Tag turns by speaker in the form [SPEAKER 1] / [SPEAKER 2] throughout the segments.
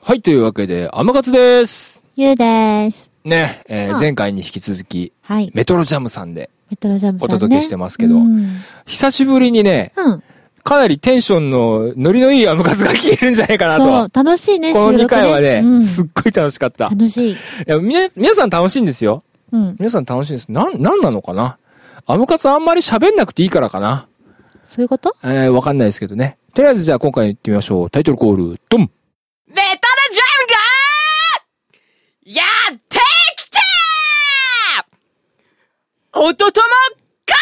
[SPEAKER 1] はい、というわけで、アマカツです。
[SPEAKER 2] ゆうです。
[SPEAKER 1] ね、えー
[SPEAKER 2] うん
[SPEAKER 1] 前回に引き続き、
[SPEAKER 2] はい。
[SPEAKER 1] メトロジャムさんで
[SPEAKER 2] メトロジャムさん、ね、
[SPEAKER 1] お届けしてますけど
[SPEAKER 2] うん。
[SPEAKER 1] 久しぶりにね、
[SPEAKER 2] うん
[SPEAKER 1] かなりテンションのノリのいいアムカツが聞けるんじゃないかな
[SPEAKER 2] そ
[SPEAKER 1] と
[SPEAKER 2] う、。楽しいね、
[SPEAKER 1] この
[SPEAKER 2] 収
[SPEAKER 1] 2
[SPEAKER 2] 録
[SPEAKER 1] 回はね、
[SPEAKER 2] うん
[SPEAKER 1] すっごい楽しかった。い
[SPEAKER 2] 楽しい。
[SPEAKER 1] やみな皆さん楽しいんですよ。
[SPEAKER 2] うん。
[SPEAKER 1] 皆さん楽しいんです。なん、なんなのかなアムカツあんまり喋んなくていいからかな。
[SPEAKER 2] そういうこと
[SPEAKER 1] えー、わかんないですけどね。とりあえずじゃあ今回行ってみましょう。タイトルコール、ドン
[SPEAKER 3] メタルジャムがやってきたおとともか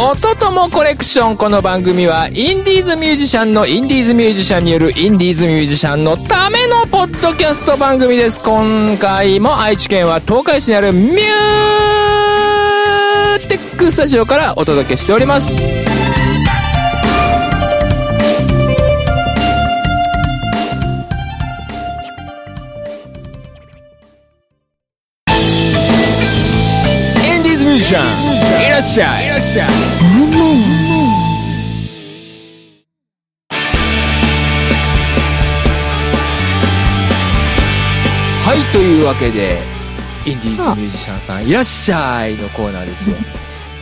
[SPEAKER 1] おとともコレクションこの番組はインディーズミュージシャンのインディーズミュージシャンによるインディーズミュージシャンのためのポッドキャスト番組です今回も愛知県は東海市にあるミューテックスタジオからお届けしておりますインディーズミュージシャンいらっしゃいいらっしゃいはいというわけでインディーズミュージシャンさんいらっしゃいのコーナーですよ、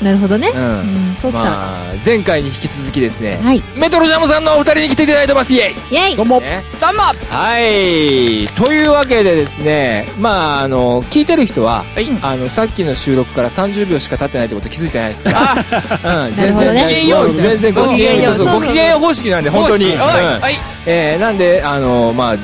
[SPEAKER 2] なるほどね。
[SPEAKER 1] う
[SPEAKER 2] うんん、そうきた、
[SPEAKER 1] まあ前回に引き続きですね、
[SPEAKER 2] はい。
[SPEAKER 1] メトロジャムさんのお二人に来ていただいてますイエイ
[SPEAKER 2] イェイ
[SPEAKER 4] どうも、
[SPEAKER 1] ね
[SPEAKER 3] どうも
[SPEAKER 1] はいというわけでですねまああの聞いてる人は、あのさっきの収録から30秒しか経ってないってこと気づいてないですから、うん、全
[SPEAKER 2] なるほど
[SPEAKER 1] 然
[SPEAKER 2] ね
[SPEAKER 1] 大丈夫
[SPEAKER 3] ごきげんようみたいな
[SPEAKER 1] 全然ご機嫌よ
[SPEAKER 2] ごきげんよ
[SPEAKER 1] う
[SPEAKER 2] う
[SPEAKER 1] そ
[SPEAKER 2] そ
[SPEAKER 1] うそう
[SPEAKER 2] うそう
[SPEAKER 1] ご機嫌よう方式なんで 本当に、
[SPEAKER 3] おい
[SPEAKER 1] うん
[SPEAKER 3] おい
[SPEAKER 1] えーなんであのまあ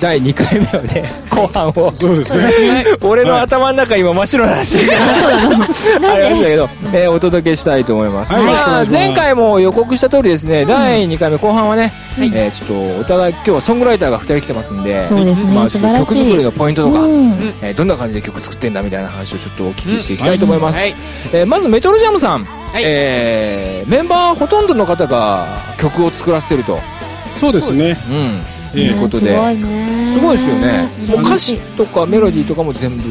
[SPEAKER 1] 第2回目をね後半を
[SPEAKER 4] そうですね。
[SPEAKER 1] 俺の頭の中今真っ白な話がありましたけど、えーお届けしたいと思います、
[SPEAKER 4] はい
[SPEAKER 1] まあ
[SPEAKER 4] よろしくお願いします
[SPEAKER 1] 前回も予告した通りですね、第2回目後半はね、えーちょっとお互い今日はソングライターが2人来てますんで
[SPEAKER 2] そうですね
[SPEAKER 1] まあ、ちょっ
[SPEAKER 2] 素
[SPEAKER 1] と
[SPEAKER 2] 晴らし
[SPEAKER 1] 曲
[SPEAKER 2] い
[SPEAKER 1] 作りのポイントとか、
[SPEAKER 2] うん
[SPEAKER 1] えーどんな感じで曲作ってんだみたいな話をちょっとお聞きしていきたいと思います、
[SPEAKER 3] はい
[SPEAKER 1] えーまずメトロジャムさん、
[SPEAKER 3] い
[SPEAKER 1] えーメンバーほとんどの方が曲を作らせてると、
[SPEAKER 4] そうですね。
[SPEAKER 1] うんと
[SPEAKER 4] え
[SPEAKER 1] いうことで、
[SPEAKER 2] すごいね。
[SPEAKER 1] すごいですよね
[SPEAKER 2] 嬉しい
[SPEAKER 1] もう歌詞とかメロディーとかも全部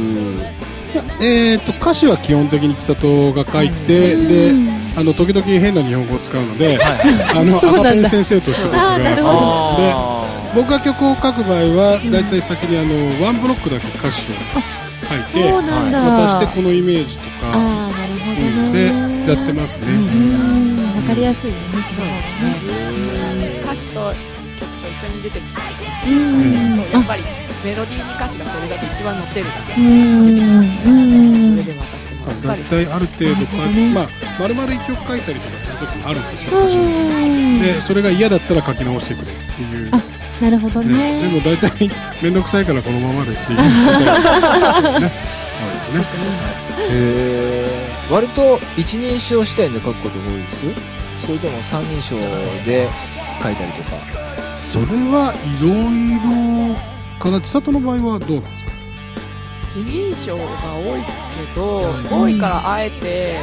[SPEAKER 4] えっ、と歌詞は基本的に千里が書いて、で、あの時々変な日本語を使うので、あの
[SPEAKER 2] そうなんだ
[SPEAKER 4] アマペン先生として僕
[SPEAKER 2] あーなるほ
[SPEAKER 4] がで
[SPEAKER 1] あ
[SPEAKER 4] 僕が曲を書く場合はだいたい先にあのワンブロックだけ歌詞を書い
[SPEAKER 2] そう
[SPEAKER 4] て
[SPEAKER 2] なんだ。
[SPEAKER 4] 渡してこのイメージとか、
[SPEAKER 2] ああ、なるほど
[SPEAKER 4] うんで
[SPEAKER 2] ね。
[SPEAKER 4] やってますね。
[SPEAKER 2] うん、わかりやすいよね、その方がね。
[SPEAKER 3] 歌詞と曲と一緒に出てきた
[SPEAKER 2] うん。
[SPEAKER 3] やっぱりメロディーに歌詞がそれだと一番乗ってるから
[SPEAKER 2] あうん。うん
[SPEAKER 3] それ。で渡してもらった
[SPEAKER 4] だい
[SPEAKER 3] り
[SPEAKER 4] たいある程度書
[SPEAKER 2] なるほど
[SPEAKER 4] い
[SPEAKER 2] ね
[SPEAKER 4] まあ丸々一曲書いたりとかする時もあるんですけど、私も
[SPEAKER 2] うん
[SPEAKER 4] でそれが嫌だったら書き直してくれっていう。
[SPEAKER 2] あなるほど
[SPEAKER 4] ね、で
[SPEAKER 2] ね。
[SPEAKER 4] も大体面倒くさいからこのままでって いうことねそうですね
[SPEAKER 1] ーへー割と一人称視点で書くことが多いですそれとも三人称で書いたりとか
[SPEAKER 4] それはいろいろかな千里の場合はどうなんですか
[SPEAKER 3] 一人称が多いですけど多いからあえて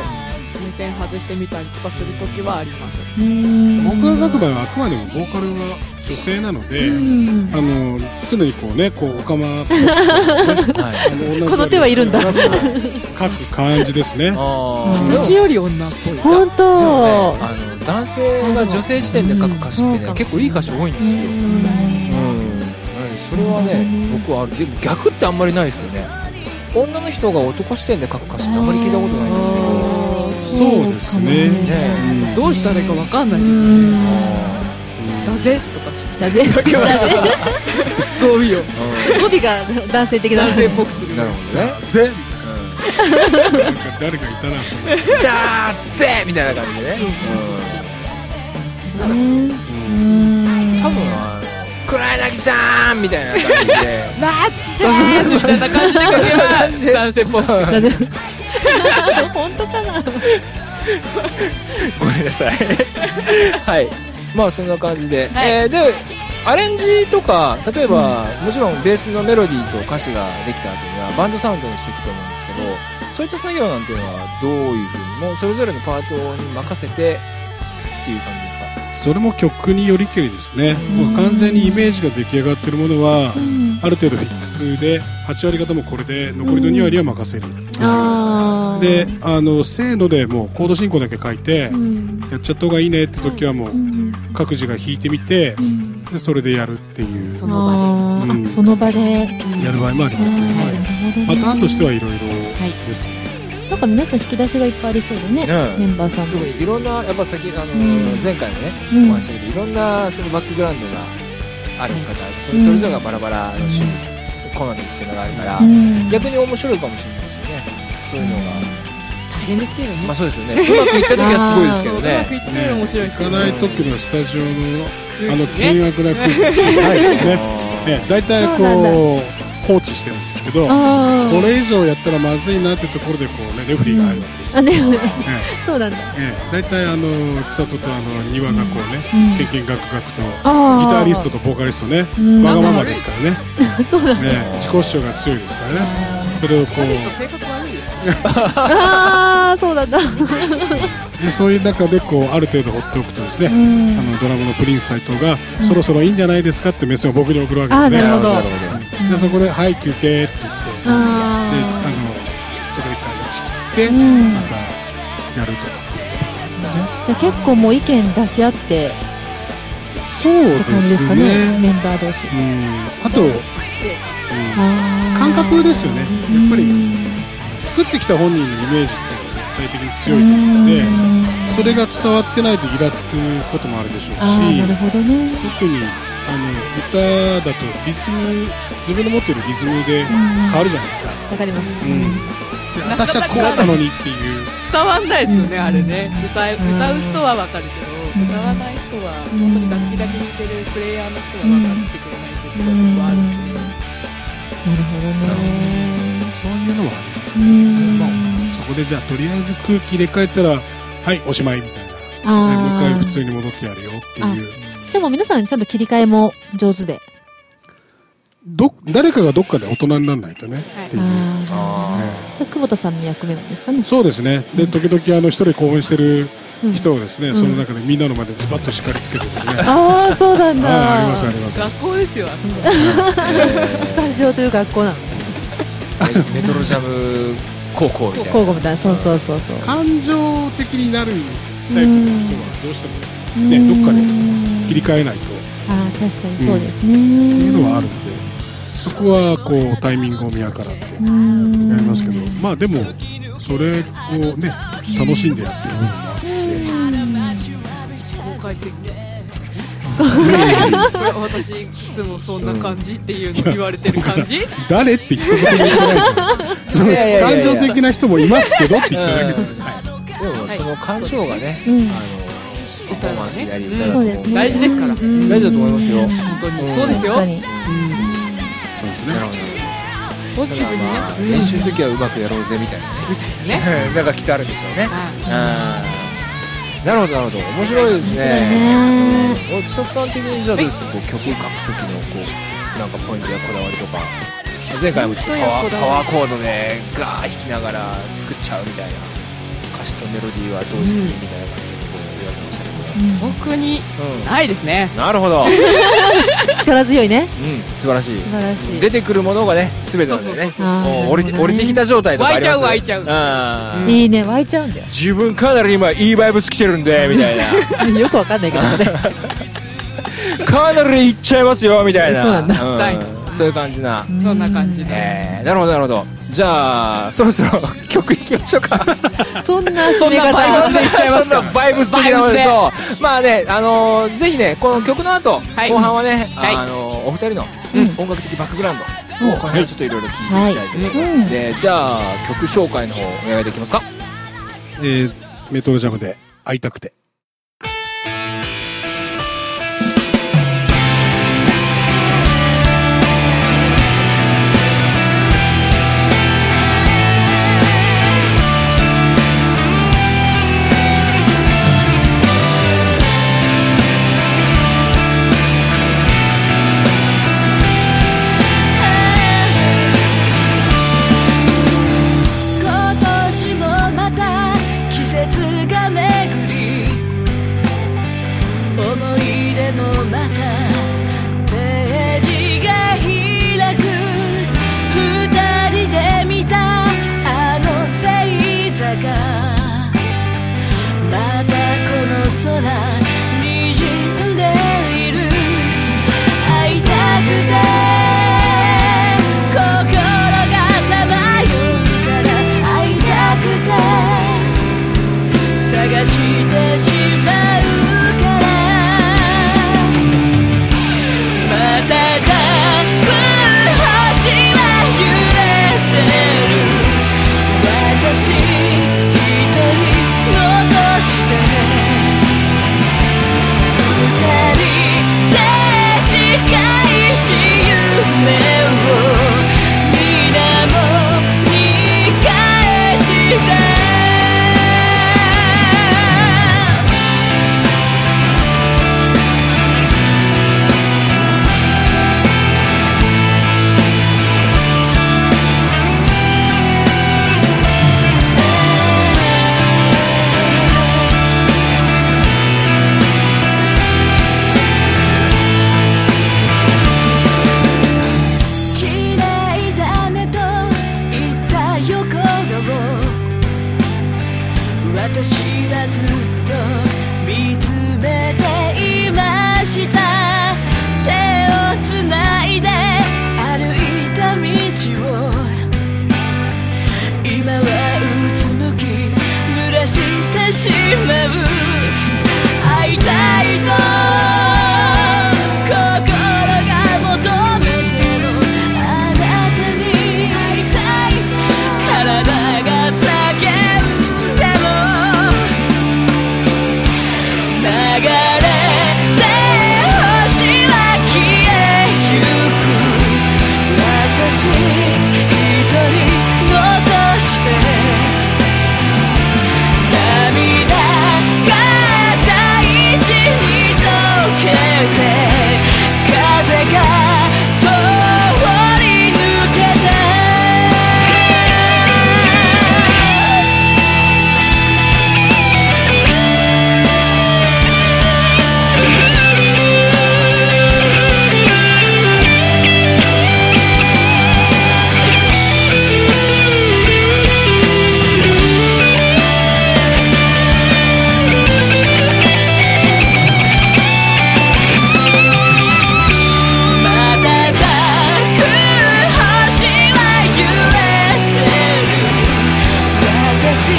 [SPEAKER 3] 新鮮外してみたりとかするときはあります
[SPEAKER 2] うん
[SPEAKER 4] 僕が書く場合はあくまでもボーカルは女性なので、
[SPEAKER 2] うん
[SPEAKER 4] あの常にこうねこうおかま
[SPEAKER 1] はい
[SPEAKER 2] この手はいるんだ
[SPEAKER 4] 書く感じですね
[SPEAKER 1] あー
[SPEAKER 3] 私より女っぽい
[SPEAKER 2] 本
[SPEAKER 1] でもね
[SPEAKER 2] 当。
[SPEAKER 1] あの男性が女性視点で書く歌詞ってね、
[SPEAKER 2] うん
[SPEAKER 1] 結構いい歌詞多いんですよ、うんそれはね僕はあるでも逆ってあんまりないですよね女の人が男視点で書く歌詞ってあんまり聞いたことないんですけど
[SPEAKER 4] そうですね
[SPEAKER 1] ね
[SPEAKER 3] どうしたらいいかわかんないですだぜとか
[SPEAKER 2] だぜ。だぜ。
[SPEAKER 3] 語尾を
[SPEAKER 2] 語尾が男性的だ
[SPEAKER 3] 男性っぽくする
[SPEAKER 1] なるほどね
[SPEAKER 4] 全なんか誰かいたなそれ
[SPEAKER 1] 「だーぜ!」みたいな感じでねうん多分あの黒柳さんみたいな感じで
[SPEAKER 3] マッチみ たいな感じで書けば男性っぽく
[SPEAKER 2] だぜ。本当かな。
[SPEAKER 1] ごめんなさいはいまあそんな感じで、
[SPEAKER 3] はい
[SPEAKER 1] えーでアレンジとか例えば、もちろんベースのメロディーと歌詞ができた後にはバンドサウンドにしていくと思うんですけどそういった作業なんていうのはどういうふうにもうそれぞれのパートに任せてっていう感じですか
[SPEAKER 4] それも曲によりけりですね、もう完全にイメージが出来上がってるものは、ある程度フィックスで8割方もこれで残りの2割は任せる、
[SPEAKER 2] あー
[SPEAKER 4] であのせーのでもうコード進行だけ書いて、
[SPEAKER 2] うん
[SPEAKER 4] やっちゃった方がいいねって時はもう
[SPEAKER 2] うん
[SPEAKER 4] 各自が弾いてみて
[SPEAKER 2] うん
[SPEAKER 4] でそれでやるっていう
[SPEAKER 3] その場で
[SPEAKER 2] あー
[SPEAKER 4] うん
[SPEAKER 2] あその場で
[SPEAKER 4] やる場合もありますね、はいパターンとしてはいろいろですね、
[SPEAKER 2] なんか皆さん引き出しがいっぱいありそうでね
[SPEAKER 1] ね
[SPEAKER 2] メンバーさん
[SPEAKER 1] 特
[SPEAKER 2] も
[SPEAKER 1] にいろんなやっぱ先あの、
[SPEAKER 2] うん
[SPEAKER 1] 前回もね
[SPEAKER 2] うん
[SPEAKER 1] お話ししたけどいろんなそのバックグラウンドがある方、それそれぞれがバラバラの趣味、好みっていうのがあるから、
[SPEAKER 2] うん
[SPEAKER 1] 逆に面白いかもしれないですよねそういうのが、
[SPEAKER 3] 大変ですけどね
[SPEAKER 1] まあそうですよねうまくいった時はすごいですけ
[SPEAKER 3] そう
[SPEAKER 1] ど
[SPEAKER 3] うまく
[SPEAKER 1] ね
[SPEAKER 3] いって面白いです
[SPEAKER 4] 行かない時のスタジオのあの
[SPEAKER 3] ね
[SPEAKER 4] 険悪な空気ないですね ね大体こう放置してるんですけどこ
[SPEAKER 2] あー
[SPEAKER 4] れ以上やったらまずいなってところでこう、ね、レフェリーが入るわけです
[SPEAKER 2] あ
[SPEAKER 4] よ、
[SPEAKER 2] ね
[SPEAKER 4] え
[SPEAKER 2] そうなんだ
[SPEAKER 4] えええ大体あの千里とあの庭がこうね、
[SPEAKER 2] うん
[SPEAKER 4] けんけんがくがくとギ
[SPEAKER 2] あー
[SPEAKER 4] タリストとボーカリストね
[SPEAKER 2] うん
[SPEAKER 4] わがままですからね、
[SPEAKER 2] そうなんだ
[SPEAKER 4] ええ、自己主張が強いですからねそれをこ
[SPEAKER 3] 彼と
[SPEAKER 4] う
[SPEAKER 3] 性格悪いですね
[SPEAKER 2] ああそうなんだ
[SPEAKER 4] でそういう中でこうある程度放っておくとですね、
[SPEAKER 2] うん
[SPEAKER 4] あのドラムのプリンス斎藤が、そろそろいいんじゃないですかってメッセージを僕に送るわけ
[SPEAKER 2] あー
[SPEAKER 4] です
[SPEAKER 2] な
[SPEAKER 4] ね
[SPEAKER 2] るほど
[SPEAKER 1] なる
[SPEAKER 4] でそこで「はい休憩」って言ってであの
[SPEAKER 2] あ
[SPEAKER 4] そこで一回打ち切って、
[SPEAKER 2] うん
[SPEAKER 4] またやるとか
[SPEAKER 2] ーじゃあ結構もう意見出し合って
[SPEAKER 4] そう
[SPEAKER 2] って感じですかねメンバー同士
[SPEAKER 4] うんあと、うん感
[SPEAKER 2] 感
[SPEAKER 4] 覚ですよねやっぱり作ってきた本人のイメージっていうのは絶対的に強いと思うのでそれが伝わってないとイラつくこともあるでしょうし
[SPEAKER 2] ああなるほどね
[SPEAKER 4] 特にあの歌だとリズム自分の持ってるリズムで変わるじゃないですか、
[SPEAKER 2] わかります
[SPEAKER 4] うんで私はこうなのにっていう
[SPEAKER 3] 伝わんないですよね、あれね歌え歌う人はわかるけど、歌わない人は本当に楽器だけ弾いてるプレイヤーの人は分かってくれないっていうところはあるんで、
[SPEAKER 2] なるほどね
[SPEAKER 4] そういうのは
[SPEAKER 2] うん
[SPEAKER 4] まあそこでじゃあとりあえず空気入れ替えたらはいおしまいみたいな、はいもう
[SPEAKER 2] あ
[SPEAKER 4] 一回普
[SPEAKER 2] あ
[SPEAKER 4] 通に戻ってやるよっていう
[SPEAKER 2] でも皆さんちゃんと切り替えも上手で
[SPEAKER 4] ど誰かがどっかで大人にならないとね、
[SPEAKER 3] はい
[SPEAKER 4] っていう、
[SPEAKER 2] あ
[SPEAKER 1] あ
[SPEAKER 4] え
[SPEAKER 2] あそれ久保田さんの役目なんですかね
[SPEAKER 4] えそうですねで時々あの一人興奮してる
[SPEAKER 2] うん
[SPEAKER 4] 人をですね、
[SPEAKER 2] うん
[SPEAKER 4] その中でみんなの前でズバッと叱りつけてですね、はい
[SPEAKER 2] あ あそうなん
[SPEAKER 4] ありますあ
[SPEAKER 2] だ
[SPEAKER 4] ります
[SPEAKER 3] 学校ですよ、あそこ
[SPEAKER 2] スタジオという学校なの
[SPEAKER 1] ーメメトロジャム高校みたいな
[SPEAKER 2] 交互みたいなそうそうそうそう
[SPEAKER 4] 感情的になるタイプの人はどうしてもね
[SPEAKER 2] うん
[SPEAKER 4] どっかで切り替えないとっ
[SPEAKER 2] ああ確かにそうですね、
[SPEAKER 4] て
[SPEAKER 2] う
[SPEAKER 4] いうのはあるんでそこはこうタイミングを見計らってや
[SPEAKER 2] ん
[SPEAKER 4] りますけどまあでもそれをね楽しんでやってる部分は
[SPEAKER 3] 公開説教私いつもそんな感じっていうの言われてる感じ
[SPEAKER 4] 誰って一言も言ってない じゃん
[SPEAKER 1] いやいやいやいや
[SPEAKER 4] 感情的な人もいますけどって言っただけです、
[SPEAKER 1] うん
[SPEAKER 4] はい
[SPEAKER 1] でもその感情がね、
[SPEAKER 2] うん
[SPEAKER 1] あのパフォーマンスになり
[SPEAKER 3] 歌
[SPEAKER 2] そ
[SPEAKER 1] 歌だと
[SPEAKER 3] はね
[SPEAKER 2] う
[SPEAKER 1] 思う
[SPEAKER 2] ですね
[SPEAKER 3] 大事ですから
[SPEAKER 2] うん
[SPEAKER 1] 大事だと思いますよ
[SPEAKER 3] 本当
[SPEAKER 1] う
[SPEAKER 3] に
[SPEAKER 1] ん
[SPEAKER 3] そうですよ
[SPEAKER 2] 確かに
[SPEAKER 4] そうです
[SPEAKER 1] なる
[SPEAKER 4] ね
[SPEAKER 1] ほ
[SPEAKER 3] ポジティブにね
[SPEAKER 1] ど練習の時はうまくやろうぜみたいなね
[SPEAKER 3] ね
[SPEAKER 1] うん なんかきっとあるんでしょうねうんなるほどなるほど面白いです
[SPEAKER 2] 面
[SPEAKER 1] ねお千里さん的にじゃあどうですこう曲書く時のこうなんかポイントやこだわりとか前回もちょっとパワ
[SPEAKER 3] ポイ
[SPEAKER 1] ーパワーコー
[SPEAKER 3] ントやこだわ
[SPEAKER 1] ドでガー弾きながら作っちゃうみたいな歌詞とメロディーは同時にみたいな感じでこう言われてましたけ
[SPEAKER 3] 僕に
[SPEAKER 1] ど、
[SPEAKER 3] ないですね
[SPEAKER 1] うんなるほど、
[SPEAKER 2] 力強いね
[SPEAKER 1] うん、素晴らしい
[SPEAKER 2] 素晴らしい
[SPEAKER 1] 出てくるものがね全てなんでね
[SPEAKER 2] そうそうそうあー
[SPEAKER 1] もう降りて
[SPEAKER 2] なるほ
[SPEAKER 1] 降
[SPEAKER 2] どね
[SPEAKER 1] りてきた状態とかあります
[SPEAKER 3] 湧いちゃう湧いち
[SPEAKER 1] ゃうん
[SPEAKER 2] いいね湧いちゃうんだよ
[SPEAKER 1] 自分かなり今いいバイブス来てるんでみたいな
[SPEAKER 2] よくわかんないけどそれ
[SPEAKER 1] かなりいっちゃいますよみたいな
[SPEAKER 2] そうなんだ
[SPEAKER 1] だ、そういう感じな、
[SPEAKER 3] そんな感じで
[SPEAKER 1] えー、なるほどなるほどじゃあそろそろ曲いきましょうか
[SPEAKER 2] そんな
[SPEAKER 3] そ
[SPEAKER 2] 締
[SPEAKER 3] ん
[SPEAKER 2] め
[SPEAKER 3] な
[SPEAKER 2] 方
[SPEAKER 3] バイブスでいっちゃいま
[SPEAKER 1] そ
[SPEAKER 3] す
[SPEAKER 1] んな
[SPEAKER 3] か
[SPEAKER 1] バイブス的なもので
[SPEAKER 3] バ
[SPEAKER 1] そうまあねあのーぜひねこの曲の後、
[SPEAKER 3] はい
[SPEAKER 1] 後半はね、
[SPEAKER 3] はい
[SPEAKER 1] あのーお二人の
[SPEAKER 2] うん
[SPEAKER 1] 音楽的バックグラウンドをこの辺ちょっといろいろ聞いていきたいと思います
[SPEAKER 2] はい
[SPEAKER 1] ので、じゃあ曲紹介の方お願いできますか
[SPEAKER 4] えーメトロジャムで会いたくて
[SPEAKER 5] 今年もまた季節が巡りがしてしまうからまただく橋は揺れてる私一人残して二人で誓いし夢を皆も見返した「綺麗だね」と言った横顔私はずっと見つめていました手をつないで歩いた道を今はうつむき濡らしてしまう会いたいと心が求めてるあなたに会いたい体が叫んでも流れて星は消えゆく私一人残して涙が大地に溶けて風が通り抜けた「またたく星は揺れてる」「私一人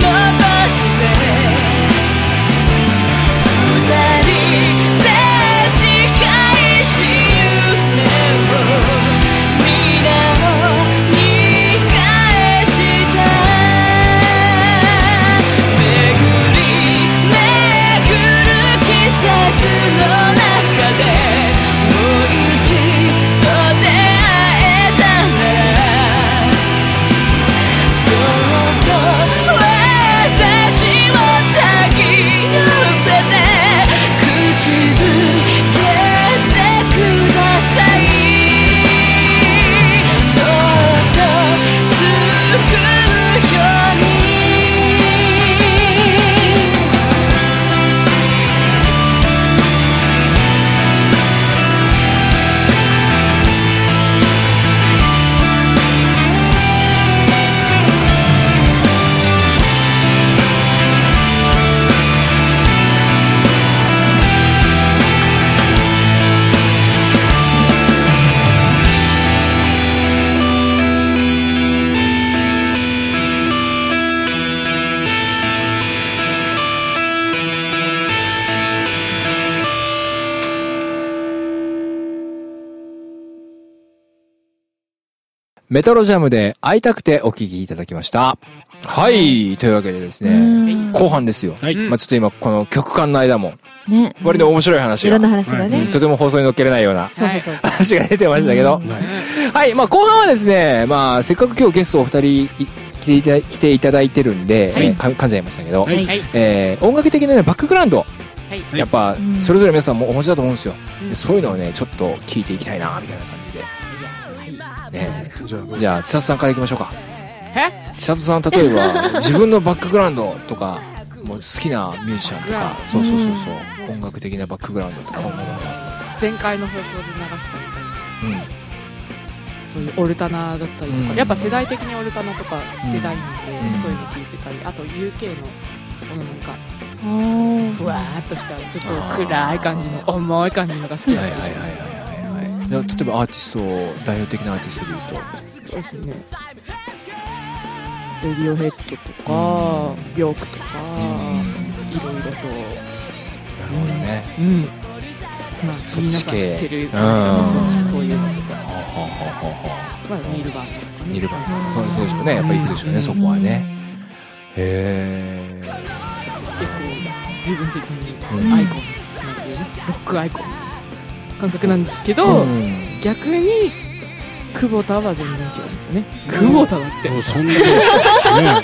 [SPEAKER 5] 残して」「二人で誓いし夢を皆を見返した」「巡り巡る季節の中で「もう一度出会えたなら」「そっと私を抱き寄せて」「口づけてください」「そっと救うように」
[SPEAKER 1] メトロジャムで会いたくてお聞きいただきました。はい。というわけでですね、
[SPEAKER 2] うん
[SPEAKER 1] 後半ですよ。
[SPEAKER 4] はい
[SPEAKER 1] まあちょっと今、この曲間の間も、
[SPEAKER 2] ね。
[SPEAKER 1] 割と面白い話
[SPEAKER 2] い
[SPEAKER 1] が、
[SPEAKER 2] ろんな話が
[SPEAKER 1] う
[SPEAKER 2] ね
[SPEAKER 1] ん。とても放送に乗っけれないような
[SPEAKER 2] そうそうそう。
[SPEAKER 1] 話が出てましたけど。はい。まあ後半はですね、まあせっかく今日ゲストお二人い来ていた来ていただいてるんで、
[SPEAKER 2] はい
[SPEAKER 1] えーか噛んじゃいましたけど、
[SPEAKER 4] はい
[SPEAKER 3] はい
[SPEAKER 1] えー音楽的なね、バックグラウンド、
[SPEAKER 4] はい
[SPEAKER 1] やっぱ
[SPEAKER 2] うん
[SPEAKER 1] それぞれ皆さんもお持ちだと思うんですよ。
[SPEAKER 3] うん
[SPEAKER 1] でそういうのをね、ちょっと聞いていきたいな、みたいな感じで。ね
[SPEAKER 4] じゃあ
[SPEAKER 1] えじゃあ、千里さんからいきましょうか。
[SPEAKER 3] え
[SPEAKER 1] 千里さん、例えば、自分のバックグラウンドとか、もう好きなミュージシャンとか、そうそうそうそう、音楽的なバックグラウンドとか、こんなものがあります。
[SPEAKER 3] 前回の放送で流したみたいなそういうオルタナだったりとか、
[SPEAKER 1] うん
[SPEAKER 3] やっぱ世代的にオルタナとか
[SPEAKER 1] うん
[SPEAKER 3] 世代なんで、
[SPEAKER 1] うん
[SPEAKER 3] そういうの聞いてたりあと UK のこのなんかふわーっとしたちょっと暗い感じの重い感じのが好き
[SPEAKER 1] うん。
[SPEAKER 3] だ
[SPEAKER 1] はい
[SPEAKER 3] ったり
[SPEAKER 1] はいはいはいはいはい。
[SPEAKER 3] します
[SPEAKER 1] で例えばアーティスト、代表的なアーティストで言うと、
[SPEAKER 3] そうですねレディオヘッドとか、ビョークとか、いろいろと、
[SPEAKER 1] なるほどね。
[SPEAKER 3] うん。まあ、
[SPEAKER 1] そっち系
[SPEAKER 3] 皆さん知ってる、
[SPEAKER 1] うん
[SPEAKER 3] そうそういうのと
[SPEAKER 1] は
[SPEAKER 3] か、
[SPEAKER 1] あはあはあは
[SPEAKER 3] まあ、ニールバーンとか
[SPEAKER 1] あ
[SPEAKER 3] ね。
[SPEAKER 1] ニルバーンとかそうそうでしょうね。やっぱり行くでしょうね、そこはね。へえ。
[SPEAKER 3] 結構、自分的
[SPEAKER 1] うん
[SPEAKER 3] にアイコン、なんていうのロックアイコンみたいな感覚なんですけど、
[SPEAKER 1] うん
[SPEAKER 3] 逆に、久保田は全然違うんですよね。久保田だって、
[SPEAKER 4] もうそんなこと、ね、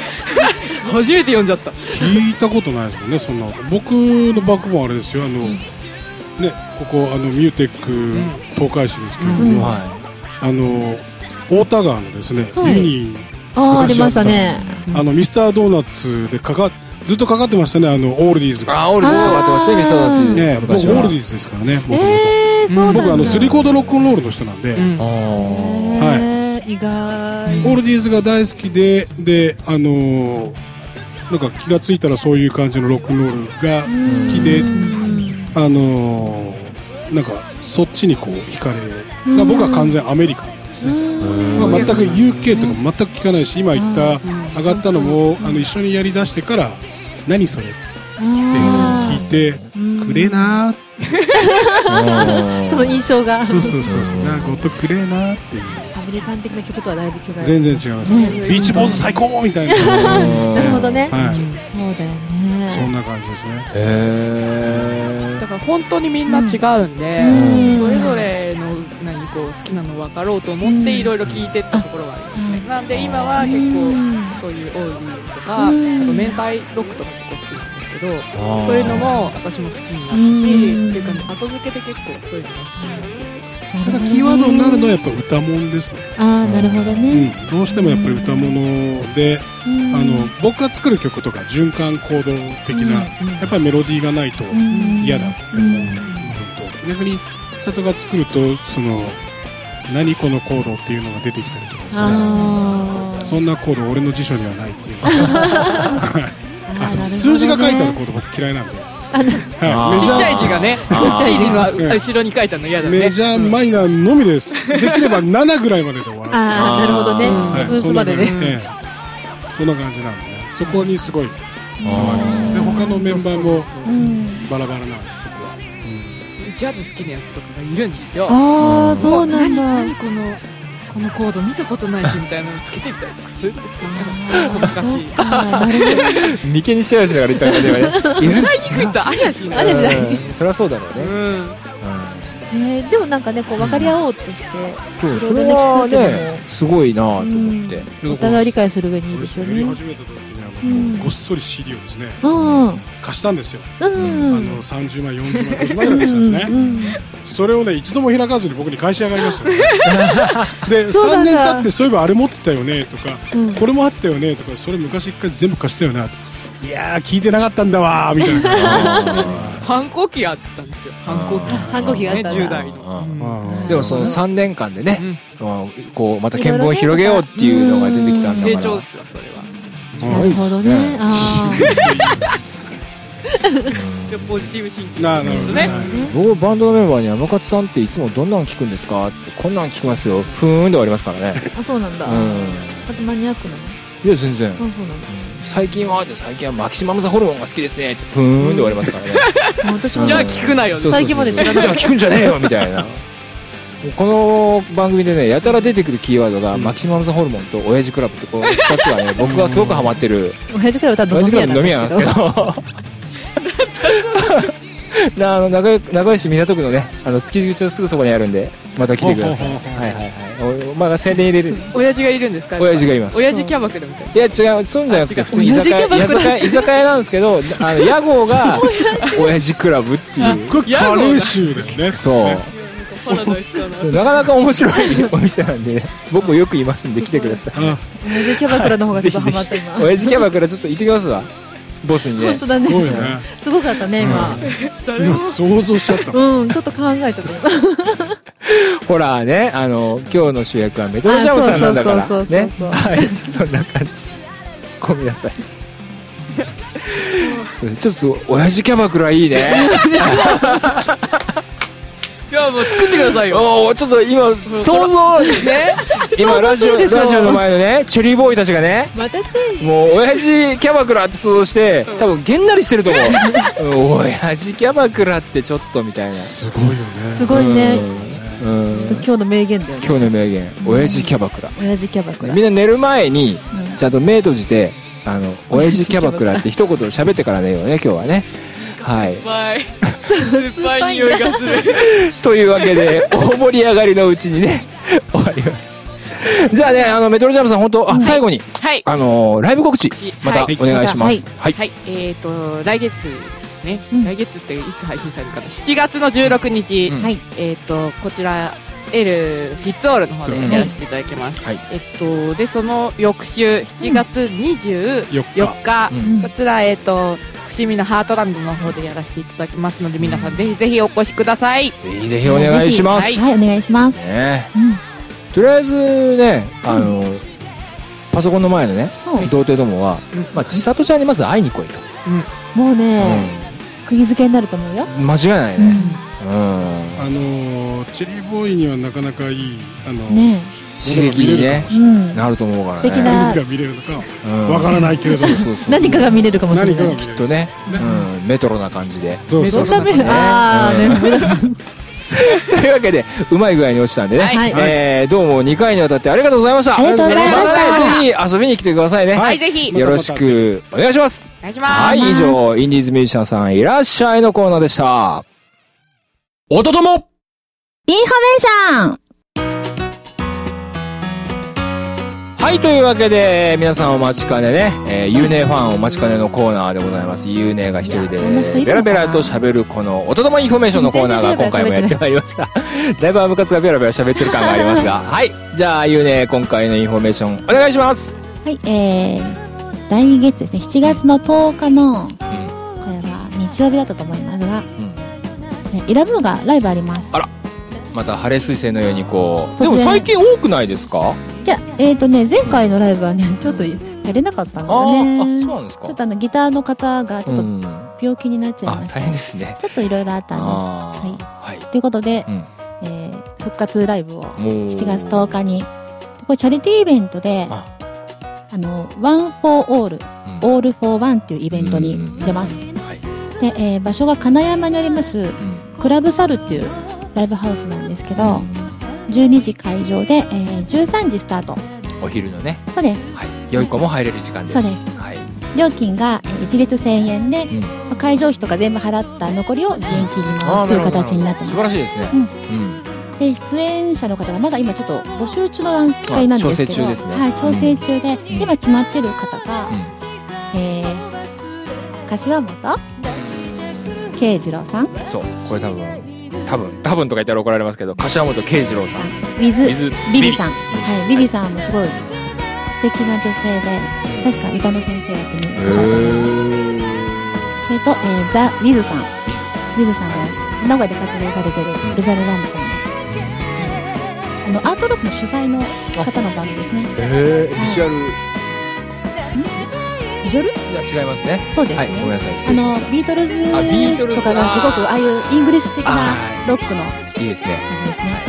[SPEAKER 3] 初めて読んじゃった。
[SPEAKER 4] 聞いたことないですもんねそんなこと僕のバックボーンあれですよあの、ねここあのミューテック東海市ですけれども、
[SPEAKER 2] うん
[SPEAKER 4] あ
[SPEAKER 1] は
[SPEAKER 4] の太田川のですね、
[SPEAKER 2] はい
[SPEAKER 4] 湯に
[SPEAKER 2] ああ出ましたね
[SPEAKER 4] あのミスタードーナツでかかっずっとかかってましたねあのオールディーズ
[SPEAKER 1] い。
[SPEAKER 4] が、
[SPEAKER 1] あ、オールディスとかやってましたね、ミスターダッチ。
[SPEAKER 4] ね、僕オ
[SPEAKER 1] 昔は
[SPEAKER 4] ールディーズですからね元々
[SPEAKER 2] えー、そうなんだ
[SPEAKER 4] 僕あのスリコードロックンロールの人なんで、
[SPEAKER 3] うん
[SPEAKER 1] あー
[SPEAKER 2] えー、意外
[SPEAKER 4] オールディーズが大好きでであのーなんか気がついたらそういう感じのロックンロールが好きで
[SPEAKER 2] うん
[SPEAKER 4] あのーなんかそっちにこう惹かれ
[SPEAKER 2] うん
[SPEAKER 4] 僕は完全アメリカンですね、まあ、全く UK とかも全く聞かないし今言った上がったのもあの一緒にやりだしてから何それって聞いてくれなーって
[SPEAKER 1] あー
[SPEAKER 2] その印象が
[SPEAKER 4] そうそうそうそうなんか音くれなーっていう
[SPEAKER 2] アメリカン的な曲とはだいぶ違う
[SPEAKER 4] 全然違います、ビーチボーイズ最高みたいな、
[SPEAKER 2] なるほどね、
[SPEAKER 4] はい、
[SPEAKER 2] そうだよ
[SPEAKER 4] そん
[SPEAKER 2] ね
[SPEAKER 4] な感じですね
[SPEAKER 1] へえ
[SPEAKER 3] だ。から本当にみんな違うんで、
[SPEAKER 2] うん
[SPEAKER 3] それぞれの何こう好きなの分かろうと思っていろいろ聞いてったところはありますね、
[SPEAKER 2] うん
[SPEAKER 3] なんで今は結構そういうオーディーズとか、
[SPEAKER 2] うん
[SPEAKER 3] あと明太ロックとか結構好きなんですけど、
[SPEAKER 1] あー
[SPEAKER 3] そういうのも私も好きになったし、
[SPEAKER 2] うん
[SPEAKER 3] っていうかね後付けで結構そういうのが好きになって
[SPEAKER 4] ただキーワードになるのはやっぱ歌もんですね、
[SPEAKER 2] ああなるほど
[SPEAKER 4] うん
[SPEAKER 2] ね、、
[SPEAKER 4] どうしてもやっぱり歌もので
[SPEAKER 2] うん
[SPEAKER 4] あの僕が作る曲とか循環行動的な、やっぱりメロディーがないと嫌だって思う部分と逆に里が作るとその何このコードっていうのが出てきたりとかですね
[SPEAKER 2] あー
[SPEAKER 4] そんなコード俺の辞書にはないっていうのがあそう数字が書いてあるコード僕嫌いなんで、
[SPEAKER 1] あ
[SPEAKER 4] は
[SPEAKER 1] ー
[SPEAKER 4] い、
[SPEAKER 3] ち
[SPEAKER 4] メ
[SPEAKER 3] っ
[SPEAKER 4] ジ
[SPEAKER 3] ちゃい
[SPEAKER 4] ャ
[SPEAKER 3] 字がねちっ
[SPEAKER 1] あ
[SPEAKER 3] ち
[SPEAKER 1] ー
[SPEAKER 3] ゃい字
[SPEAKER 4] うん
[SPEAKER 3] の後ろに書いたの嫌だ
[SPEAKER 4] ー
[SPEAKER 3] ね
[SPEAKER 4] メジャーマイナーのみですできれば7ぐらいまでで終わらせて
[SPEAKER 2] あーなるほどね
[SPEAKER 3] あー
[SPEAKER 4] はい
[SPEAKER 2] 分数までね
[SPEAKER 4] そんな感じええそんな感じなんでねそこにすごい差がありますねで他のメンバーも
[SPEAKER 2] うん
[SPEAKER 4] バラバラなんでそこは、
[SPEAKER 3] ジャズ好きなやつとかがいるんですよ
[SPEAKER 2] ああそうなん
[SPEAKER 3] も
[SPEAKER 2] だ
[SPEAKER 3] 何何このこのコード見たことないしみたいなのつけてきたりとかするんですよね
[SPEAKER 2] そ
[SPEAKER 3] 難
[SPEAKER 2] う
[SPEAKER 3] しい
[SPEAKER 2] かなるほど
[SPEAKER 1] 眉間にしわ寄せながら言ったから ね。いや
[SPEAKER 3] 聞くとありゃしな
[SPEAKER 2] ありゃしない
[SPEAKER 1] うんそりゃそうだろう
[SPEAKER 3] う
[SPEAKER 1] ね。
[SPEAKER 3] ん
[SPEAKER 2] えーでもなんかねこう分かり合おうとして
[SPEAKER 1] そう
[SPEAKER 2] い
[SPEAKER 1] そ
[SPEAKER 2] ろいろ
[SPEAKER 1] れ
[SPEAKER 2] ね
[SPEAKER 1] は
[SPEAKER 2] 聞かせる
[SPEAKER 1] ね、すごいなと思って。
[SPEAKER 2] お互い理解する上にいいですよ
[SPEAKER 4] やり
[SPEAKER 2] ね
[SPEAKER 4] 始めた時にあの、
[SPEAKER 2] うん
[SPEAKER 4] ごっそり CD をですね
[SPEAKER 2] うんうん
[SPEAKER 4] 貸したんですよ、
[SPEAKER 2] うん
[SPEAKER 4] あの30万40万50万ぐらい貸したんですね、
[SPEAKER 2] うん
[SPEAKER 4] それをね一度も開かずに僕に返し上がりましたね で
[SPEAKER 2] そうな
[SPEAKER 4] 3
[SPEAKER 2] んだ
[SPEAKER 4] 年経ってそういえばあれ持ってたよねとか、
[SPEAKER 2] うん
[SPEAKER 4] これもあったよねとかそれ昔一回全部貸したよないやー聞いてなかったんだわーみたいな
[SPEAKER 3] 反抗期あったんですよ反抗期
[SPEAKER 2] 反抗期があった
[SPEAKER 3] ね10
[SPEAKER 2] んだ
[SPEAKER 3] 代の
[SPEAKER 1] あー
[SPEAKER 3] うん
[SPEAKER 4] あー
[SPEAKER 1] でもその3年間でね、
[SPEAKER 3] うん
[SPEAKER 1] うんこうまた見聞を広げようっていうのが出てきたんだから。
[SPEAKER 3] 成長ですよそれは
[SPEAKER 2] なるほどねあ
[SPEAKER 3] でポジティブシンキング
[SPEAKER 4] ななるほどね
[SPEAKER 3] ね
[SPEAKER 1] どうバンドのメンバーに山勝さんっていつもどんなの聞くんですかってこんなの聞きますよふーんで終わりますから ね
[SPEAKER 2] ーあそうなんだ
[SPEAKER 1] うん
[SPEAKER 2] あとマニアックなの
[SPEAKER 1] いや全然
[SPEAKER 2] あそうなんだ
[SPEAKER 1] 最近はで最近はマキシマムザホルモンが好きですねってふーんで終わりますからね
[SPEAKER 2] あ私も
[SPEAKER 3] じゃあ
[SPEAKER 2] そう
[SPEAKER 3] 聞くなよ
[SPEAKER 1] そうそうそう
[SPEAKER 2] 最近まで知らなかった
[SPEAKER 1] じゃあ聞くんじゃねえよみたいなこの番組でねやたら出てくるキーワードが、マキシマムザホルモンと親父クラブってこの2つがね僕はすごくハマってる
[SPEAKER 2] 親父から歌うと
[SPEAKER 1] 親
[SPEAKER 2] 飲
[SPEAKER 1] 父
[SPEAKER 2] み
[SPEAKER 1] ク
[SPEAKER 2] 屋
[SPEAKER 1] ラブ
[SPEAKER 2] なん
[SPEAKER 1] 飲み
[SPEAKER 2] で
[SPEAKER 1] 屋なんですす
[SPEAKER 2] け
[SPEAKER 1] け
[SPEAKER 2] ど
[SPEAKER 1] ど なあの名古屋名古屋市港区のねあの築地口のすぐそこにあるんでまた来てください
[SPEAKER 4] ほうほうほうほう
[SPEAKER 1] はいはいはいおお前が宣伝入れる
[SPEAKER 3] 親父がいるんですか
[SPEAKER 1] 親父がいます
[SPEAKER 3] 親父キャバクラみたいない
[SPEAKER 1] や違うそうじゃなくて
[SPEAKER 3] あ違う
[SPEAKER 1] 普通に居酒屋居酒屋居酒屋なんですけどあの屋号が親父クラブっていう
[SPEAKER 4] これカレー臭だよね
[SPEAKER 1] そう
[SPEAKER 3] パラダイスだな
[SPEAKER 1] なかなか面白いお店なんで、ね、僕もよく言いますんで来てください。
[SPEAKER 4] あ
[SPEAKER 2] 親父キャバクラの方がちょ
[SPEAKER 1] ぜ
[SPEAKER 2] っとハ
[SPEAKER 1] ひぜ
[SPEAKER 2] マって今
[SPEAKER 1] ひ。親父キャバクラちょっと行ってきますわ。ボスにね
[SPEAKER 2] 本。当だ
[SPEAKER 4] すごい
[SPEAKER 2] ね
[SPEAKER 4] ね
[SPEAKER 2] すごかったね今
[SPEAKER 3] 誰
[SPEAKER 4] 今
[SPEAKER 3] も
[SPEAKER 4] 想像しち ゃったもん
[SPEAKER 2] うんちょっと考えちゃった
[SPEAKER 1] ほらね、あの、今日の主役はメトロジャムさんなんだから。ね。
[SPEAKER 2] あそうそうそうそうそう
[SPEAKER 1] はい、そんな感じで。ごめんなさい。そうですちょっと親父キャバクラいいね。
[SPEAKER 3] やもう作ってくださいよ
[SPEAKER 1] おーちょっと今想像ね今ラジオラジオの前のねチェリーボーイたちがね
[SPEAKER 2] 私
[SPEAKER 1] もう親父キャバクラって想像して多分げんなりしてると思ううん親父キャバクラってちょっとみたいなす
[SPEAKER 4] すごいよね
[SPEAKER 2] すごいね
[SPEAKER 1] うん
[SPEAKER 2] ちょっと今日の名言だよね
[SPEAKER 1] 今日の名言親父キャバクラ
[SPEAKER 2] 親父キャバクラ
[SPEAKER 1] みんな寝る前に
[SPEAKER 2] うん
[SPEAKER 1] ちゃんと目閉じてあの親父キャバクラって一言喋ってから寝ようね今日はねはい
[SPEAKER 3] 酸っぱい酸っぱい匂いがする
[SPEAKER 1] というわけで大盛り上がりのうちにね 終わりますじゃあねあのメトロジャムさん本当あ最後に
[SPEAKER 3] はい
[SPEAKER 1] あのライブ告知
[SPEAKER 3] 告知
[SPEAKER 1] またお
[SPEAKER 3] はい
[SPEAKER 1] 願いしますはい
[SPEAKER 3] はい、えっ、と、来月ですね、
[SPEAKER 2] うん
[SPEAKER 3] 来月っていつ配信されるかな、7月の16日、
[SPEAKER 1] うん
[SPEAKER 2] はい
[SPEAKER 3] えっ、と、こちら、エル・フィッツオールの方
[SPEAKER 4] フ
[SPEAKER 1] ツオ
[SPEAKER 4] ィッ
[SPEAKER 1] ー
[SPEAKER 3] で
[SPEAKER 1] ル
[SPEAKER 3] やらせていただきます。
[SPEAKER 1] はい
[SPEAKER 3] えっ、と、で、その翌週、7月24
[SPEAKER 4] 4日
[SPEAKER 3] 日、
[SPEAKER 1] うん
[SPEAKER 3] こちら、えっ、と、伏見のハートランドの方でやらせていただきますので、皆さんぜひぜひお越しください。
[SPEAKER 1] ぜひぜひお願いしま
[SPEAKER 3] ぜひ
[SPEAKER 1] す、
[SPEAKER 2] はいお願いします
[SPEAKER 1] ね
[SPEAKER 2] うん
[SPEAKER 1] とりあえずねあの、パソコンの前のね、
[SPEAKER 2] うん
[SPEAKER 1] 童貞どもは、まあ、千里ちゃんにまず会いに来いと、
[SPEAKER 2] もうね釘付けになると思うよ
[SPEAKER 1] うん間違いないねうん、
[SPEAKER 4] あのーチェリーボーイにはなかなかいいあの
[SPEAKER 2] うんね
[SPEAKER 1] 刺激にね
[SPEAKER 2] えうん
[SPEAKER 1] なると思うからね
[SPEAKER 2] 素敵な
[SPEAKER 4] 何が見れるのか
[SPEAKER 1] うん
[SPEAKER 4] わからないけれども
[SPEAKER 1] そうそうそう
[SPEAKER 2] 何かが見れるかもしれ
[SPEAKER 4] 何
[SPEAKER 2] な
[SPEAKER 4] かが見
[SPEAKER 2] い
[SPEAKER 4] れ
[SPEAKER 1] きっ
[SPEAKER 4] る
[SPEAKER 1] とね、
[SPEAKER 4] ね
[SPEAKER 1] うん、メトロな感じで
[SPEAKER 4] そうそうそう
[SPEAKER 1] メトロな感じでね
[SPEAKER 2] ああね
[SPEAKER 1] うんというわけでうまい具合に落ちたんでね、
[SPEAKER 2] はい
[SPEAKER 1] えーどうも2回にわたってありがとうございました
[SPEAKER 2] ありがとうございました
[SPEAKER 1] ねぜひ遊びに来てくださいね、
[SPEAKER 3] はい、ぜひ、
[SPEAKER 1] よろしくお願いします
[SPEAKER 3] お願いします。
[SPEAKER 1] はい、以上、インディーズミュージシャンさんいらっしゃいのコーナーでした。おととも
[SPEAKER 6] インフォメーション
[SPEAKER 1] はい、というわけで、皆さんお待ちかねね、えー、ユーネファンお待ちかねのコーナーでございます。ユーネが一人
[SPEAKER 2] いやそんな人いるのかな
[SPEAKER 1] で、ベラベラと喋るこの、おとともインフォメーションのコーナーが今回もやってまいりました。だいぶアムカツがベラベラ喋ってる感がありますが、はい、じゃあ、ユーネ、今回のインフォメーション、お願いします。
[SPEAKER 6] はい、えー、来月ですね、7月の10日の、これ
[SPEAKER 1] うん、
[SPEAKER 6] は日曜日だったと思いますが、
[SPEAKER 1] うん。
[SPEAKER 6] ね、イラブーがライブあります。
[SPEAKER 1] あらまた、晴れ彗星のようにこう、
[SPEAKER 6] 突
[SPEAKER 1] で
[SPEAKER 6] 然
[SPEAKER 1] も最近多くないですか
[SPEAKER 6] じゃあ、えっ、ー、とね、前回のライブはね、 ちょっとやれなかったんだ
[SPEAKER 1] ああ
[SPEAKER 6] よ
[SPEAKER 1] ー、あ、
[SPEAKER 6] ね。
[SPEAKER 1] そうなんです
[SPEAKER 6] ちょっ
[SPEAKER 1] か
[SPEAKER 6] とあの、ギターの方がちょっ
[SPEAKER 1] う
[SPEAKER 6] と
[SPEAKER 1] ん。
[SPEAKER 6] 病気になっちゃい
[SPEAKER 1] あ
[SPEAKER 6] ま、した。
[SPEAKER 1] 大変ですね。
[SPEAKER 6] ちょっといろいろあったんです。は。
[SPEAKER 1] はい。はい
[SPEAKER 6] ということで、
[SPEAKER 1] うん
[SPEAKER 6] えー復活ライブを
[SPEAKER 1] い。もう
[SPEAKER 6] 7月10日に、これチャリティーイベントで、
[SPEAKER 1] あ
[SPEAKER 6] あの、ワン・フォー・オール、
[SPEAKER 1] うん
[SPEAKER 6] オール・フォー・ワンっていうイベントに出ます。
[SPEAKER 1] はい。
[SPEAKER 6] で、えー場所が金山にあります
[SPEAKER 1] うん
[SPEAKER 6] クラブサルっていうライブハウスなんですけど12時会場で、えー13時スタート
[SPEAKER 1] お昼のね、
[SPEAKER 6] そうです
[SPEAKER 1] はい。良い子も入れる時間です。
[SPEAKER 6] そうです
[SPEAKER 1] はい。
[SPEAKER 6] 料金が、えー一律1000円で、
[SPEAKER 1] ん
[SPEAKER 6] まあ会場費とか全部払った残りを現金に回すという形になって
[SPEAKER 1] 素晴
[SPEAKER 6] ま
[SPEAKER 1] らしいですね。うん。
[SPEAKER 6] すで出演者の方がまだ今ちょっと募集中の段階なんですけど
[SPEAKER 1] あ調整中ですね
[SPEAKER 6] はい、調整中で、
[SPEAKER 1] ん
[SPEAKER 6] 今決まってる方が、
[SPEAKER 1] うん
[SPEAKER 6] えー、柏本慶次郎さん
[SPEAKER 1] そう。これ多分、多分、多分とか言ったら怒られますけど、柏本慶次郎さん。
[SPEAKER 6] 水
[SPEAKER 1] 水
[SPEAKER 6] ビビさん、はい、ビビさんもすごい素敵な女性で確か歌の先生やってみ
[SPEAKER 1] へ
[SPEAKER 6] る方だと思いますそれと、えーザ・ウィズさんウィズさんが名古屋で活動されて
[SPEAKER 1] うん
[SPEAKER 6] るルザルランドさんの、はいあのアートロックの主催の方のバンドですね
[SPEAKER 1] え。ビジュアル、
[SPEAKER 6] ビジュアル
[SPEAKER 1] いや違いますね。
[SPEAKER 6] そうです
[SPEAKER 1] はい。
[SPEAKER 6] ね、
[SPEAKER 1] ごめんなさい。
[SPEAKER 6] あ
[SPEAKER 1] 失礼しま
[SPEAKER 6] の
[SPEAKER 1] し
[SPEAKER 6] ビートル
[SPEAKER 1] あビートル
[SPEAKER 6] ズ
[SPEAKER 1] ズ
[SPEAKER 6] とかがすごくああいうイングリッシュ的な
[SPEAKER 1] あー
[SPEAKER 6] ロックの
[SPEAKER 1] た。いいですね。
[SPEAKER 6] 感じですね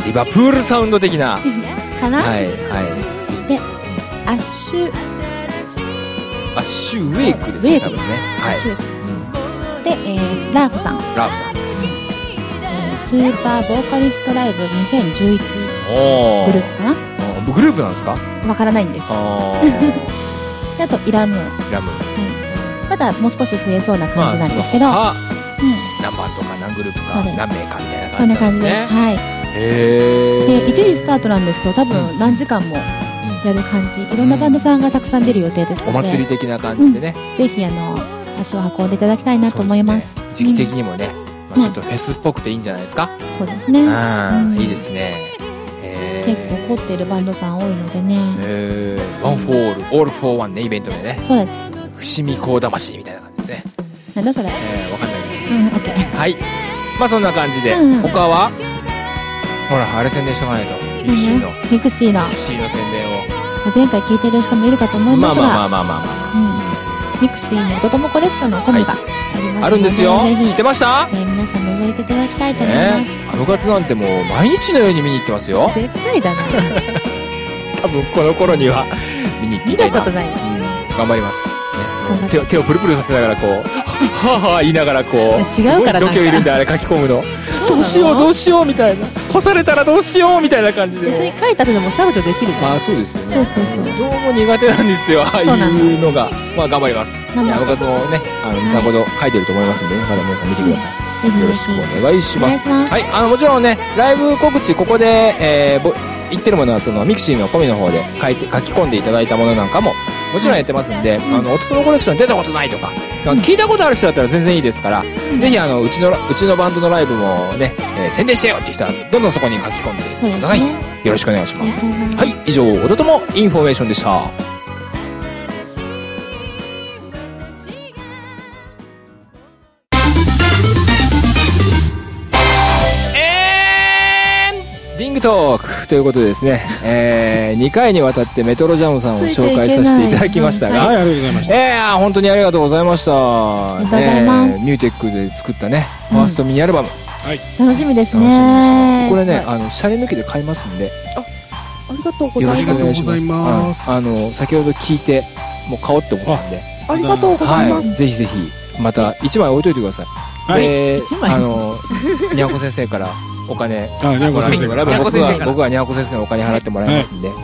[SPEAKER 1] リバプールサウンド的な。
[SPEAKER 6] かな、
[SPEAKER 1] はい。は
[SPEAKER 6] でアッシュ
[SPEAKER 1] い。あ、シュウェイクですね。
[SPEAKER 6] ウェイク
[SPEAKER 1] 多分ね。
[SPEAKER 6] アッ
[SPEAKER 1] はい
[SPEAKER 6] シ。ュ
[SPEAKER 1] うん
[SPEAKER 6] で、えーラーフさん
[SPEAKER 1] ラブさん。
[SPEAKER 6] えースーパーボーカリストライブ2011
[SPEAKER 1] お
[SPEAKER 6] グ
[SPEAKER 1] ー
[SPEAKER 6] ループかな
[SPEAKER 1] あグループなんですか
[SPEAKER 6] わからないんです
[SPEAKER 1] あ
[SPEAKER 6] であとイラムーン
[SPEAKER 1] ーラム
[SPEAKER 6] まだもう少し増えそうな
[SPEAKER 1] ま
[SPEAKER 6] 感
[SPEAKER 1] あ
[SPEAKER 6] じなんです
[SPEAKER 1] そ
[SPEAKER 6] け
[SPEAKER 1] の
[SPEAKER 6] ど、
[SPEAKER 1] 他
[SPEAKER 6] うん、
[SPEAKER 1] 何番とか何グループ
[SPEAKER 6] そ
[SPEAKER 1] か
[SPEAKER 6] うです
[SPEAKER 1] 何名かみたいな感じ
[SPEAKER 6] そんな感じです
[SPEAKER 1] ね
[SPEAKER 6] はい
[SPEAKER 1] へえ
[SPEAKER 6] で1時スタートなんですけど多分何時間もやる感じいろんなバンドさんがたくさん出る予定ですので、
[SPEAKER 1] お祭り的な感じでね
[SPEAKER 6] ぜひあの足を運んでいただきたいなと思います
[SPEAKER 1] そうでね時期的にもねまあ
[SPEAKER 6] うん
[SPEAKER 1] ちょっとフェスっぽくていいんじゃないですか
[SPEAKER 6] うんそうですね
[SPEAKER 1] あ
[SPEAKER 6] うん
[SPEAKER 1] ーいいですねへ
[SPEAKER 6] 結
[SPEAKER 1] ー
[SPEAKER 6] 構凝っているバンドさん多いのでね、
[SPEAKER 1] へーワンフォーオールオールフォーワンねイベントでね
[SPEAKER 6] そうです
[SPEAKER 1] 伏見港魂みたいな感じですね
[SPEAKER 6] なんだそれ
[SPEAKER 1] えーわかんないけど
[SPEAKER 6] うんオッケー
[SPEAKER 1] はいまあそんな感じで
[SPEAKER 6] うん
[SPEAKER 1] 他はほらあれ宣伝しとかないとミクシーの
[SPEAKER 6] ミクシーの
[SPEAKER 1] ミクシーの宣伝を
[SPEAKER 6] 前回聞いてる人もいるかと思い
[SPEAKER 1] ま
[SPEAKER 6] ま
[SPEAKER 1] あ
[SPEAKER 6] すが、
[SPEAKER 1] まあまあまあまあまあ
[SPEAKER 6] うんミクシーのドトモコレクションのコンビがます
[SPEAKER 1] あるんですよ
[SPEAKER 6] ぜひ
[SPEAKER 1] 知ってました
[SPEAKER 6] えー皆さん覗いていただきたいと思いま
[SPEAKER 1] ね
[SPEAKER 6] す、
[SPEAKER 1] あの活なんてもう毎日のように見に行ってますよ
[SPEAKER 6] 絶対だね
[SPEAKER 1] 多分この頃には見に行って
[SPEAKER 6] 見
[SPEAKER 1] いた
[SPEAKER 6] た
[SPEAKER 1] いな
[SPEAKER 6] ことない
[SPEAKER 1] うん頑張ります、ね
[SPEAKER 6] 頑張って
[SPEAKER 1] 手を手をプルプルさせながらこうはぁはぁ言いながらこう
[SPEAKER 6] いや違うから
[SPEAKER 1] すごい度胸いるんであれ書き込むのどうしようどうしようみたいな干されたらどうしようみたいな感じで
[SPEAKER 6] 別に書いたけども削除できるじゃん
[SPEAKER 1] まあそうですよね
[SPEAKER 6] そうそうそう
[SPEAKER 1] どうも苦手なんですよああい
[SPEAKER 6] そうなの
[SPEAKER 1] うのがまあ頑張ります
[SPEAKER 6] 頑張って
[SPEAKER 1] いや僕はもうねあの23ほど書いてると思いますのでねまだ皆さん見てください
[SPEAKER 6] ぜひ
[SPEAKER 1] よ
[SPEAKER 6] ぜ
[SPEAKER 1] ろし
[SPEAKER 6] ひ
[SPEAKER 1] くお願いします。
[SPEAKER 6] お願いします
[SPEAKER 1] はい、あのもちろんね、ライブ告知ここで、えーぼ言ってるものはそのミクシーの込みの方で書いて書き込んでいただいたものなんかももちろんやってますんで、あの音のコレクションに出たことないとか、聞いたことある人だったら全然いいですから、ぜひあのうちのうちのバンドのライブもね、えー宣伝してよっていう人はどんどんそこに書き込ん
[SPEAKER 6] そう
[SPEAKER 1] で
[SPEAKER 6] で
[SPEAKER 1] く
[SPEAKER 6] す
[SPEAKER 1] ださい。
[SPEAKER 6] ね
[SPEAKER 1] よろしくお願いしま
[SPEAKER 6] お願い
[SPEAKER 1] す。
[SPEAKER 6] します
[SPEAKER 1] はい、以上音ともインフォメーションでした。リングトークということでですね、え2回にわたってメトロジャムさんを紹介させていただきましたが、
[SPEAKER 4] はいありがとうございました
[SPEAKER 1] ええ本当にありがとうございました。あ
[SPEAKER 6] りがとうございます
[SPEAKER 1] ミューテックで作ったね、ファーストミニアルバム、
[SPEAKER 6] 楽しみで
[SPEAKER 1] 楽しみにし
[SPEAKER 6] す
[SPEAKER 1] てま
[SPEAKER 6] ね
[SPEAKER 1] す。これね、あの、シャレ抜きで買いますんで、
[SPEAKER 3] ありがとうご
[SPEAKER 1] よ
[SPEAKER 3] ざ
[SPEAKER 1] ろ
[SPEAKER 3] い
[SPEAKER 1] し
[SPEAKER 4] し
[SPEAKER 1] くお
[SPEAKER 4] くお
[SPEAKER 1] 願
[SPEAKER 4] 願
[SPEAKER 1] い
[SPEAKER 4] い
[SPEAKER 1] し
[SPEAKER 4] し
[SPEAKER 1] ま
[SPEAKER 4] ますす。
[SPEAKER 1] あの、先ほど聞いて、もう買おうって思ったんで、
[SPEAKER 3] ます。ありがとうございます。
[SPEAKER 1] はい、ぜひぜひ、また1枚置いといてください。
[SPEAKER 4] はい
[SPEAKER 1] で
[SPEAKER 2] 一、枚
[SPEAKER 1] あの、にゃんこ先生からお金、
[SPEAKER 4] あ、にゃんこ先生
[SPEAKER 1] 僕
[SPEAKER 4] か
[SPEAKER 1] は
[SPEAKER 4] ら。
[SPEAKER 3] にゃんこ
[SPEAKER 1] 僕
[SPEAKER 3] 先生
[SPEAKER 1] は
[SPEAKER 3] から
[SPEAKER 1] 僕はにゃんこ先生のお金払ってもらいますんで、よ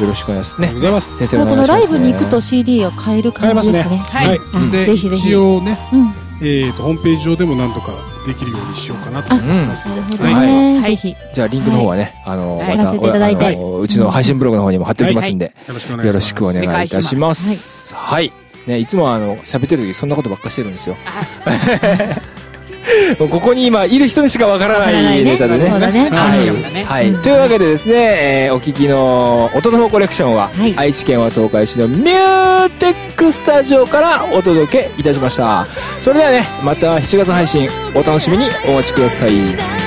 [SPEAKER 1] ろしくお願いします。
[SPEAKER 4] あり
[SPEAKER 1] ね
[SPEAKER 4] がとうご、ざいます。
[SPEAKER 1] 先生
[SPEAKER 6] こ
[SPEAKER 1] お願
[SPEAKER 6] の
[SPEAKER 1] いしま
[SPEAKER 6] ラ
[SPEAKER 1] す、ね。
[SPEAKER 6] イブに行くと CD を買える感じですね
[SPEAKER 3] はい
[SPEAKER 1] うん
[SPEAKER 4] で
[SPEAKER 6] ぜひぜひ
[SPEAKER 4] 一応ね、
[SPEAKER 6] うん
[SPEAKER 4] えっと、ホームページ上でもなんとかできるようにしようかなと
[SPEAKER 6] あ
[SPEAKER 4] 思います
[SPEAKER 6] な
[SPEAKER 4] の
[SPEAKER 6] るほ
[SPEAKER 4] で。
[SPEAKER 6] ど
[SPEAKER 4] はい。
[SPEAKER 6] ね
[SPEAKER 3] は
[SPEAKER 6] ぜ
[SPEAKER 3] い
[SPEAKER 6] ひ
[SPEAKER 1] じゃあリンクの方はね、あの、
[SPEAKER 3] はい
[SPEAKER 1] ま
[SPEAKER 6] やらせていただいて
[SPEAKER 1] あのうちの配信ブログの方にも貼っておきますんで、
[SPEAKER 4] よろしくお願いします。
[SPEAKER 1] よろしくお願いいたします。はい、ね、いつもあの、喋ってる時そんなことばっかしてるんですよ。 もうここに今いる人にしかわからな
[SPEAKER 6] わからない
[SPEAKER 1] い
[SPEAKER 6] ね
[SPEAKER 1] ネタでね。
[SPEAKER 6] そうだね
[SPEAKER 1] は
[SPEAKER 3] アクションが
[SPEAKER 1] い。
[SPEAKER 3] ね
[SPEAKER 1] はい。というわけでですね、えーお聞きの音の方コレクションは、
[SPEAKER 6] はい
[SPEAKER 1] 愛知県は東海市のミューテックスタジオからお届けいたしました。それではね、また7月配信お楽しみにお待ちください。
[SPEAKER 5] 「